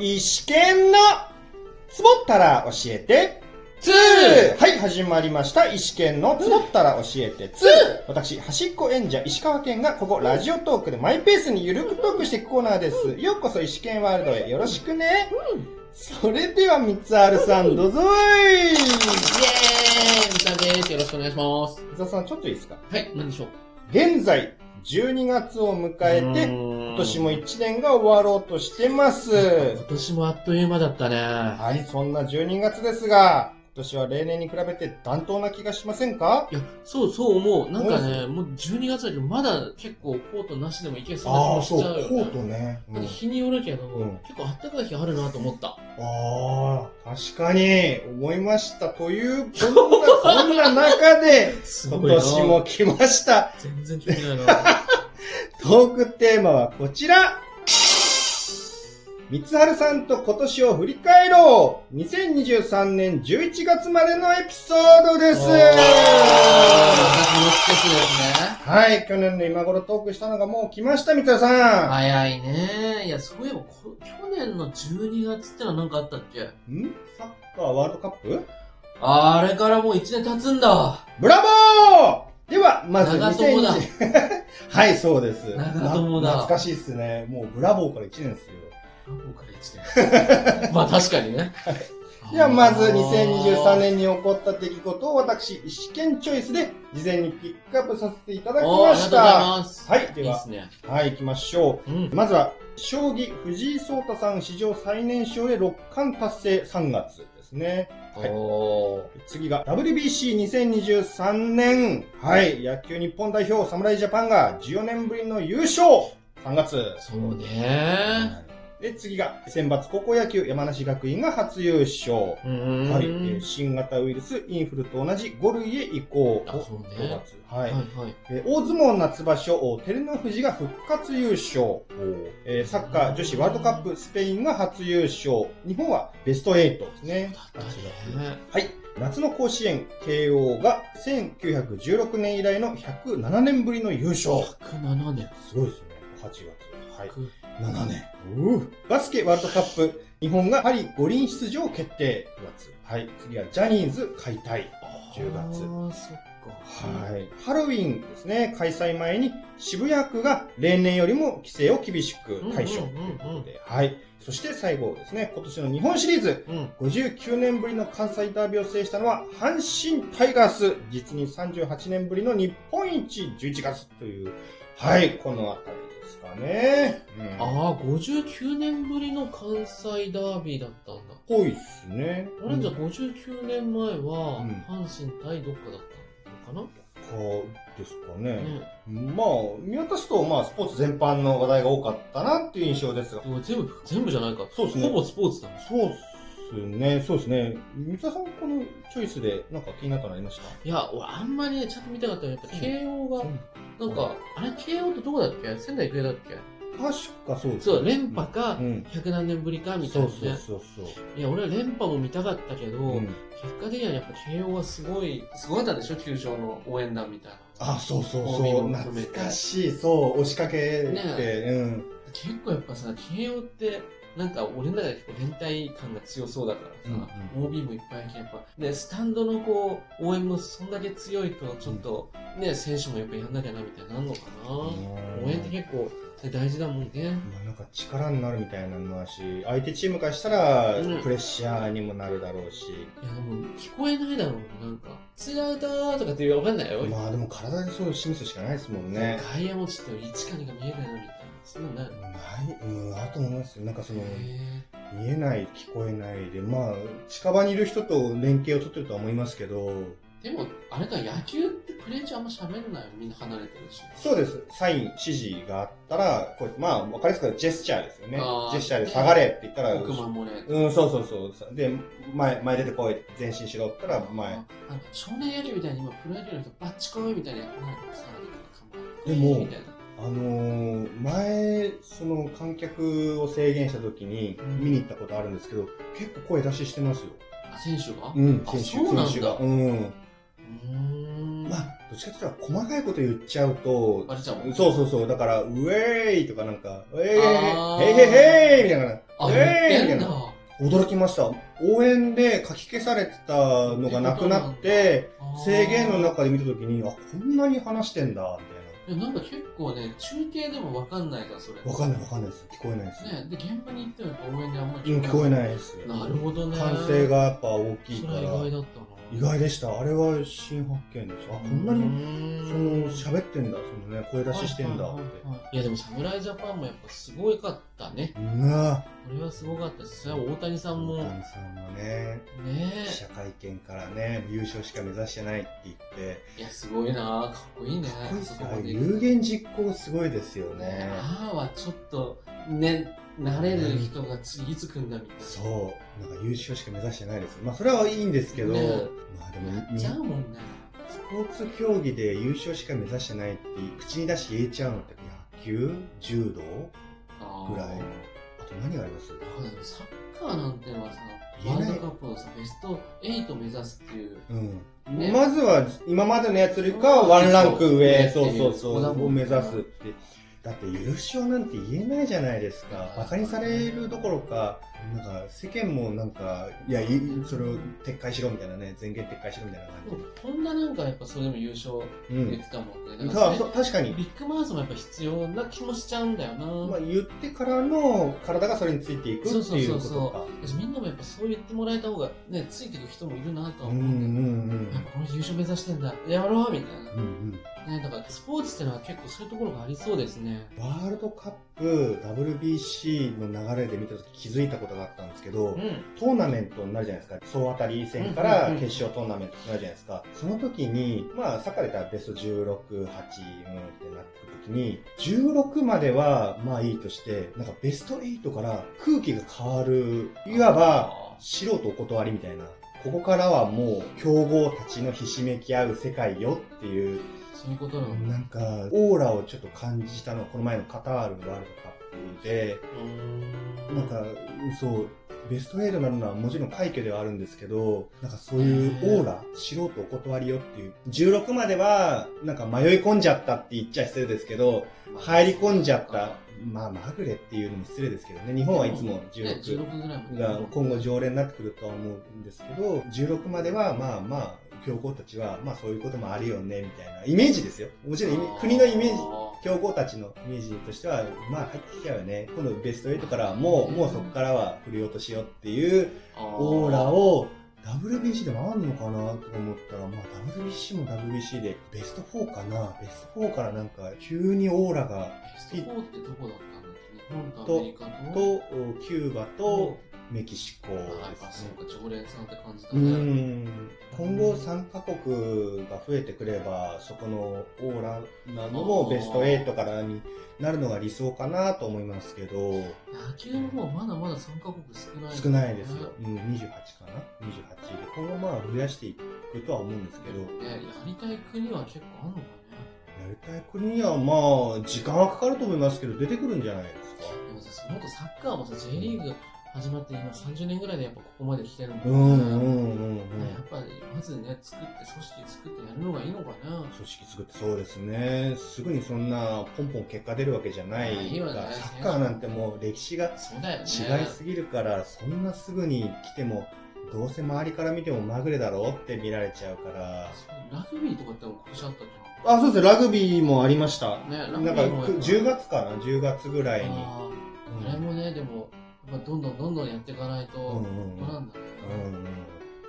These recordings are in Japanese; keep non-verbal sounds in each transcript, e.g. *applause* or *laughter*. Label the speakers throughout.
Speaker 1: 石剣のつぼったら教えて
Speaker 2: ツー
Speaker 1: はい、始まりました。石剣のつぼったら教えて2。私、端っこ演者石川県がここラジオトークでマイペースにゆるくトークしていくコーナーです。ようこそ石剣ワールドへよろしくね。それでは、三つあるさん、どうぞい
Speaker 2: イェーイみたです。よろしくお願いします。
Speaker 1: 伊沢さん、ちょっといいですか
Speaker 2: はい、何でしょう
Speaker 1: 現在、12月を迎えて、今
Speaker 2: 今
Speaker 1: 年も1年が終わろうとしてます。
Speaker 2: 今年もあっという間だったね。
Speaker 1: はい、そんな12月ですが、今年は例年に比べて暖冬な気がしませんか
Speaker 2: いや、そうそう思う。なんかね、もう12月だけど、まだ結構コートなしでもいけそうな気もしちゃうよ、ね。
Speaker 1: ね。
Speaker 2: だって日によるけど、
Speaker 1: うん
Speaker 2: 結構あったかい日あるなと思った。
Speaker 1: ああ、確かに、思いました。という、そんな、そんな中で、 *laughs*
Speaker 2: す
Speaker 1: 今年も来ました。
Speaker 2: 全然興味
Speaker 1: *laughs*
Speaker 2: ないな。
Speaker 1: トークテーマはこちら。三春さんと今年を振り返ろう !2023 年11月までのエピソードです
Speaker 2: おー私の季節ですね。
Speaker 1: はい、去年の今頃トークしたのがもう来ました、三田さん。
Speaker 2: 早いねいや、そういえばこ、去年の12月ってのは何かあったっけ
Speaker 1: んサッカーワールドカップ
Speaker 2: あれからもう1年経つんだ。
Speaker 1: ブラボーでは、まず
Speaker 2: 長友だ
Speaker 1: 2020 *laughs* はい、そうです。
Speaker 2: 長友だ
Speaker 1: な懐かしいっすね。もうブラボーから1年ですよ。
Speaker 2: もうから1年。まあ *laughs* 確かにね。
Speaker 1: では、まず2023年に起こった出来事を私、試験チョイスで事前にピックアップさせていただき
Speaker 2: おー
Speaker 1: ま
Speaker 2: ありがとう
Speaker 1: し
Speaker 2: ござい
Speaker 1: た。
Speaker 2: ます。
Speaker 1: はい、
Speaker 2: い
Speaker 1: で
Speaker 2: いっ
Speaker 1: は、
Speaker 2: すね。
Speaker 1: はい、行きましょ
Speaker 2: うん
Speaker 1: う。。まずは、将棋、藤井聡太さん史上最年少で六冠達成3月ですね。はい
Speaker 2: おー
Speaker 1: 次が WBC2023 年、はい、野球日本代表、侍ジャパンが14年ぶりの優勝 !3 月。
Speaker 2: そうね
Speaker 1: で、次が選抜高校野球、山梨学院が初優勝。
Speaker 2: うーん。
Speaker 1: はい、えー新型ウイルス、インフルと同じ5類へ移行。
Speaker 2: あそうね
Speaker 1: 5月。は
Speaker 2: はい
Speaker 1: い。
Speaker 2: はい。
Speaker 1: えー大相撲夏場所、照ノ富士が復活優勝、えーサッカー女子ワールドカップ、スペインが初優勝。日本はベスト8ですね。
Speaker 2: だったね。
Speaker 1: はい。夏の甲子園、慶応が1916年以来の107年ぶりの優勝。
Speaker 2: 107年。
Speaker 1: すごいですね。8月。はい。
Speaker 2: 100
Speaker 1: 7年。バスケワールドカップ、日本がパリ五輪出場決定。9月。はい。次はジャニーズ解体。10月
Speaker 2: ああ、そっか。
Speaker 1: はい。ハロウィンですね。開催前に渋谷区が例年よりも規制を厳しく解消と
Speaker 2: うんうんうんう
Speaker 1: いうんことで。はい。そして最後ですね。今年の日本シリーズ。
Speaker 2: うん。
Speaker 1: 59年ぶりの関西ダービーを制したのは阪神タイガース。実に38年ぶりの日本一11月という。はい、このあたりですかね。うん。
Speaker 2: ああ、59年ぶりの関西ダービーだったんだ。
Speaker 1: ぽいっすね。
Speaker 2: 俺じゃあ
Speaker 1: うん
Speaker 2: 59年前は
Speaker 1: うん、
Speaker 2: 阪神対どっかだったのか
Speaker 1: こうですか
Speaker 2: な、
Speaker 1: ね。
Speaker 2: ね
Speaker 1: まあ、見渡すと、まあ、スポーツ全般の話題が多かったなっていう印象ですが。
Speaker 2: でも全部、全部じゃないか。
Speaker 1: そうっすね
Speaker 2: ほぼスポーツだもん。
Speaker 1: そうっすね、そうですね。三田さん、このチョイスで、なんか気になったのありまし
Speaker 2: いや、俺あんまりね、ちゃんと見たかったのはやっぱ慶
Speaker 1: た
Speaker 2: 応が、なんか、あれ慶応ってどこだっけ仙台育英だっけ
Speaker 1: 確かそうです
Speaker 2: そう、連覇か
Speaker 1: う、ん。
Speaker 2: 100何年ぶりかみたい
Speaker 1: そ
Speaker 2: な
Speaker 1: うそう
Speaker 2: ね。
Speaker 1: そうそう。
Speaker 2: いや、俺は連覇も見たかったけど、
Speaker 1: うん
Speaker 2: 結果的にはやっぱ慶応はすごい、すごかったでしょ球場の応援団みたいな。
Speaker 1: あ、そうそう
Speaker 2: 帯
Speaker 1: そ
Speaker 2: も
Speaker 1: う。
Speaker 2: 含め
Speaker 1: 懐
Speaker 2: て
Speaker 1: かしい。そう、押しかけて、
Speaker 2: ね
Speaker 1: うん。
Speaker 2: 結構やっぱさ慶応ってなんか俺の中で結構連帯感が強そうだからさ、
Speaker 1: うんうん
Speaker 2: OB もいっぱいいてやっぱでスタンドのこう応援もそんだけ強いとちょっと、ね選手もやっぱやんなきゃなみたいになるのかな、応援って結構大事だもんね
Speaker 1: まあなんか力になるみたいなのもあるし、相手チームからしたら
Speaker 2: うん
Speaker 1: プレッシャーにもなるだろうし、
Speaker 2: いやでも聞こえないだろうなんか「ツーアウト!」とかっていうわかんないよ、
Speaker 1: まあでも体でそう示すしかないですもんね。
Speaker 2: 外野もちょっと一か二が見えないのみたいなそんなのない
Speaker 1: ない、うん、あると思いますよなんかその、
Speaker 2: へ
Speaker 1: 見えない、聞こえないで、まあ、近場にいる人と連携を取ってるとは思いますけど、
Speaker 2: ーでもあれか野球ってプレー中あんま喋んないよみんな離れてるし
Speaker 1: そうです。サイン、指示があったら、こうまあ、わかりやすくはジェスチャーですよね
Speaker 2: あー。
Speaker 1: ジェスチャーで下がれって言ったら、
Speaker 2: 奥守れ
Speaker 1: うん、そうそうそう。で、前、前出てこい、前進しろって言ったら前
Speaker 2: あ。なんか少年野球みたいに今プロ野球の人バッチコイみたいななんかさ
Speaker 1: でも
Speaker 2: みたいな
Speaker 1: あのー前、その観客を制限した時に
Speaker 2: うん
Speaker 1: 見に行ったことあるんですけど、結構声出ししてますよ。
Speaker 2: あ選手が
Speaker 1: うん、
Speaker 2: あ
Speaker 1: 選手、
Speaker 2: そうなんだ
Speaker 1: 選手が。うん。
Speaker 2: うーん
Speaker 1: まあ、どっちかっていうと、細かいこと言っちゃうと、
Speaker 2: バレちゃうもん
Speaker 1: そうそうそう、だから、ウェーイとかなんか、ウェーイ
Speaker 2: あー
Speaker 1: ヘイヘイヘイみたいな、
Speaker 2: あ、
Speaker 1: え
Speaker 2: 言
Speaker 1: え
Speaker 2: ってんだ。
Speaker 1: 驚きました。応援で書き消されてたのがなくなって、制限の中で見たときに、あ、こんなに話してんだ、みたいな。
Speaker 2: いやなんか結構ね、中継でもわかんないから、それ。
Speaker 1: わかんないわかんないです。聞こえないです。
Speaker 2: ね、で、現場に行ってもやっぱ応援であんまり
Speaker 1: 今聞こえないです。
Speaker 2: なるほどね。
Speaker 1: 歓声がやっぱ大きい
Speaker 2: そ
Speaker 1: か
Speaker 2: れ
Speaker 1: ら。
Speaker 2: は意外
Speaker 1: 意
Speaker 2: だったな。
Speaker 1: 外でした。あれは新発見でした。あ、こんな
Speaker 2: う
Speaker 1: に、そ
Speaker 2: ー
Speaker 1: の、
Speaker 2: ん
Speaker 1: 喋ってんだ、そのね、声出ししてんだって。
Speaker 2: いやでも侍ジャパンもやっぱすごかったね。
Speaker 1: うんな
Speaker 2: これはすごかったし、それは大谷さ
Speaker 1: ぁ。
Speaker 2: んも、
Speaker 1: お
Speaker 2: ね
Speaker 1: 母さんもね、記者会見からね、優勝しか目指してないって言って、
Speaker 2: いやすごいなかっこいいね。
Speaker 1: こいつ
Speaker 2: そこ
Speaker 1: あ
Speaker 2: まで
Speaker 1: れ
Speaker 2: 行く
Speaker 1: 有言実行すごいですよね。
Speaker 2: あーはちょっと、ね、慣れる人がついつ来んだみたいな。
Speaker 1: そう。なんか優勝しか目指してないです。まあそれはいいんですけど、
Speaker 2: ね
Speaker 1: まあでも、
Speaker 2: やっちゃうもんね。
Speaker 1: スポーツ競技で優勝しか目指してないって口に出して言えちゃうのって野球柔道
Speaker 2: あー
Speaker 1: ぐらいあと何があります
Speaker 2: あでもサッカーなんてのはさ、
Speaker 1: 言
Speaker 2: ワ
Speaker 1: えない
Speaker 2: ールドカップのさ、ベスト8目指すっていう、
Speaker 1: うん、
Speaker 2: ね
Speaker 1: まずは今までのやつよりかはワンランク上
Speaker 2: そ
Speaker 1: そううそうそ
Speaker 2: そうだもん
Speaker 1: う
Speaker 2: ね
Speaker 1: を目指すってだって優勝なんて言えないじゃないですかバカにされるどころかなんか世間もなんかいやいそれを撤回しろみたいなね全言撤回しろみたいな
Speaker 2: で
Speaker 1: 感
Speaker 2: も本田なんかやっぱそれでも優勝
Speaker 1: じうん
Speaker 2: 言ってたもんね。
Speaker 1: た
Speaker 2: なん
Speaker 1: だ
Speaker 2: かそ
Speaker 1: そう確か
Speaker 2: れ
Speaker 1: に
Speaker 2: ビッグマウスもやっぱ必要な気もしちゃうんだよな。
Speaker 1: まあ、言ってからの体がそれについていく
Speaker 2: そう
Speaker 1: って
Speaker 2: そう
Speaker 1: い
Speaker 2: そうう
Speaker 1: ことか
Speaker 2: そう。だしみんなもやっぱそう言ってもらえた方が、ね、ついてく人もいるなとは
Speaker 1: うんう
Speaker 2: 思うんだよね
Speaker 1: んうん
Speaker 2: やっぱこの人優勝目指してんだ。やろうみたいな。
Speaker 1: うんうん
Speaker 2: ね、だからスポーツってのは結構そういうところがありそうですね。
Speaker 1: ワールドカップ WBC の流れで見た時気づいたことがあったんですけど、
Speaker 2: うん。
Speaker 1: トーナメントになるじゃないですか総当たり戦か
Speaker 2: うん
Speaker 1: ら
Speaker 2: うんうん
Speaker 1: 決勝トーナメントになるじゃないですか、その時にまあサッカーで言ったらベスト168うんってなった時に16まではまあいいとしてなんかベスト8から空気が変わるいわば素人お断りみたいな。ここからはもう強豪たちのひしめき合う世界よっていう、
Speaker 2: そういうことなの。う
Speaker 1: なんかオーラをちょっと感じたのはこの前のカタールワールドカップで、
Speaker 2: ーん
Speaker 1: なんかそう、ベスト8になるのはもちろん快挙ではあるんですけど、なんかそういうオーラ、素人お断りよっていう、16まではなんか迷い込んじゃったって言っちゃ失礼ですけど、入り込んじゃった、まあまぐれっていうのも失礼ですけどね、日本はいつも
Speaker 2: ね
Speaker 1: 16。
Speaker 2: ぐらいまで
Speaker 1: が今後常連になってくるとは思うんですけど、16まではまあまあ、強豪たちはまあそういうこともあるよね、みたいなイメージですよ。もちろんイメ国のイメージ、強豪たちのイメージとしては、まあ入ってきちゃうよね。今度ベスト8からはもう、もうそこからは振り落としようっていうオーラ
Speaker 2: を
Speaker 1: を WBC でもあんのかなと思ったら、まあ WBC も WBC でベスト4かな。ベスト4からなんか急にオーラが、
Speaker 2: ベスト4ってどこだったんだっけ日本と
Speaker 1: と
Speaker 2: アメリカと
Speaker 1: と、キューバとメキシコで
Speaker 2: あやっぱ
Speaker 1: す
Speaker 2: そ
Speaker 1: ね。
Speaker 2: うか常連さんって感じだ
Speaker 1: う
Speaker 2: ね
Speaker 1: ん今後3カ国が増えてくればそこのオーラなのもベスト8からになるのが理想かなと思いますけど
Speaker 2: 野球の方はまだまだ参加国少ない、
Speaker 1: 少ないですよ、うん、28かな28で今後まあ増やしていくとは思うんですけどや
Speaker 2: ねやりたい国は結構あんのかね
Speaker 1: りたい国にはまあ時間はかかると思いますけど出てくるんじゃないですか
Speaker 2: でもさその後サッカーもさ J リーグが始まって今30年ぐらいでやっぱここまで来てるもんね
Speaker 1: うんうんうんうん
Speaker 2: ねやっぱりまずね作って組織作ってやるのがいいのかな
Speaker 1: 組織作ってそうですねすぐにそんなポンポン結果出るわけじゃない
Speaker 2: まあいい
Speaker 1: か
Speaker 2: わ
Speaker 1: ら
Speaker 2: ね
Speaker 1: サッカーなんてもう歴史が
Speaker 2: そうだよね
Speaker 1: 違いすぎるから、そんなすぐに来ても、どうせ周りから見てもまぐれだろうって見られちゃうから。
Speaker 2: そうラグビーとかっても今年あったじ
Speaker 1: あ、そうです。ラグビーもありました。
Speaker 2: ゃんねラ
Speaker 1: な
Speaker 2: グ
Speaker 1: ん
Speaker 2: ビ
Speaker 1: か、
Speaker 2: ーもやっぱ
Speaker 1: 10月かな ?10 月ぐらいに。
Speaker 2: あ
Speaker 1: う
Speaker 2: ーあれ
Speaker 1: ん
Speaker 2: もねでもやっぱどんどんどんどんやっていかないと、
Speaker 1: うんう
Speaker 2: ど
Speaker 1: んう
Speaker 2: う
Speaker 1: んうん
Speaker 2: なんだろう
Speaker 1: う
Speaker 2: ね、
Speaker 1: んうん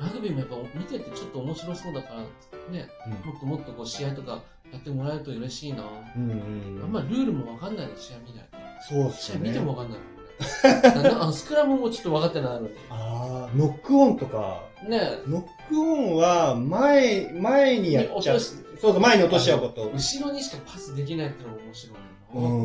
Speaker 2: ラグビーもやっぱ見ててちょっと面白そうだからねもっともっとこう試合とかやってもらえると嬉しいな、
Speaker 1: うんうんうん
Speaker 2: あんまりルールも分かんないで試合見ない
Speaker 1: そうっすよ
Speaker 2: 試合見て
Speaker 1: ね。
Speaker 2: も分かんないもん俺ななあのスクラムもちょっと分かってないのに
Speaker 1: ああ、ノックオンとか。
Speaker 2: ねえ
Speaker 1: ノックオンは、前、前にやっちゃう。そうそう、前に落としちゃうこと。
Speaker 2: 後ろにしかパスできないってのも面白いな、
Speaker 1: うん。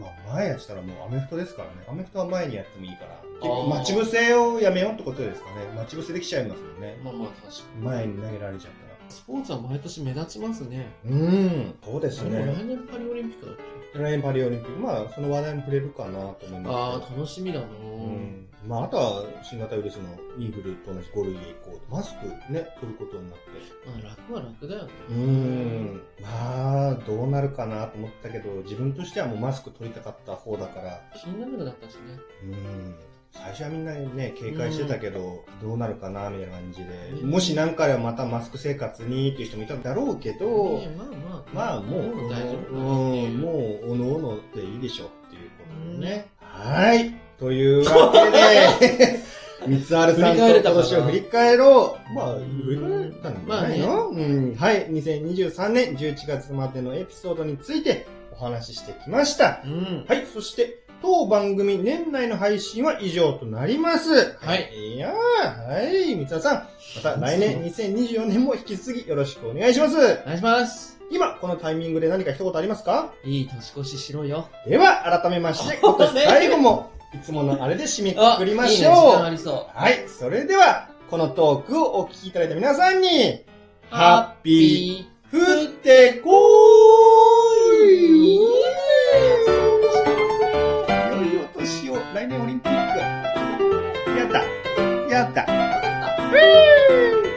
Speaker 1: まあ、前やってたらもうアメフトですからね。アメフトは前にやってもいいから。結
Speaker 2: あ
Speaker 1: 構
Speaker 2: ー
Speaker 1: 待ち伏せをやめようってことですかね。待ち伏せできちゃいますもんね。
Speaker 2: まあまあ確かに
Speaker 1: 前に投げられちゃったら。
Speaker 2: スポーツは毎年目立ちますね
Speaker 1: うん。そうで
Speaker 2: あれも。来年パリオリンピックだっけ
Speaker 1: 来年パリオリンピック。まあ、その話題も触れるかなと思いますけ
Speaker 2: あ
Speaker 1: ど。
Speaker 2: あ楽しみだな、
Speaker 1: うん。まあ、あとは新型ウイルスのインフルと同じ5類へ移行マスクね、取ることになって。
Speaker 2: まあ楽は楽だよね
Speaker 1: うん。まあ、どうなるかなと思ったけど、自分としてはもうマスク取りたかった方だから。
Speaker 2: 気になるのだったしね
Speaker 1: うん。最初はみんなね、警戒してたけど、どうなるかな、みたいな感じで。
Speaker 2: ね
Speaker 1: もし何回はまたマスク生活にっていう人もいたんだろうけど、
Speaker 2: ねまあま
Speaker 1: ま
Speaker 2: あ。
Speaker 1: あもう、
Speaker 2: 大丈夫か
Speaker 1: う
Speaker 2: なってい
Speaker 1: ん、
Speaker 2: う。
Speaker 1: もう、おのおのっていいでしょっていうことでね。
Speaker 2: ね
Speaker 1: はい。というわけ
Speaker 2: *laughs*
Speaker 1: で、三つあるさんと
Speaker 2: 振り
Speaker 1: 今
Speaker 2: 返れたかな
Speaker 1: 年を振り返ろう。まあ、振り返ったんじゃないの、うん。はい。2023年11月までのエピソードについてお話ししてきました。
Speaker 2: うん。
Speaker 1: はい。そして、当番組年内の配信は以上となります。
Speaker 2: はい。
Speaker 1: いやー、はい。三沢さん、また来 *laughs* 年2024年も引き続きよろしくお願いします。
Speaker 2: お願いします。
Speaker 1: 今、このタイミングで何か一言ありますか
Speaker 2: いい年越ししろよ。
Speaker 1: では、改めま *laughs* して、今年最後も、いつものあれで締めくくりましょう。
Speaker 2: いいね時間ありそう。
Speaker 1: はい。それでは、このトークをお聞きいただいた皆さんに、ハッピー、
Speaker 2: ー。
Speaker 1: 降ってこーい良いお年を、来年オリンピック。やった。やった。ウィー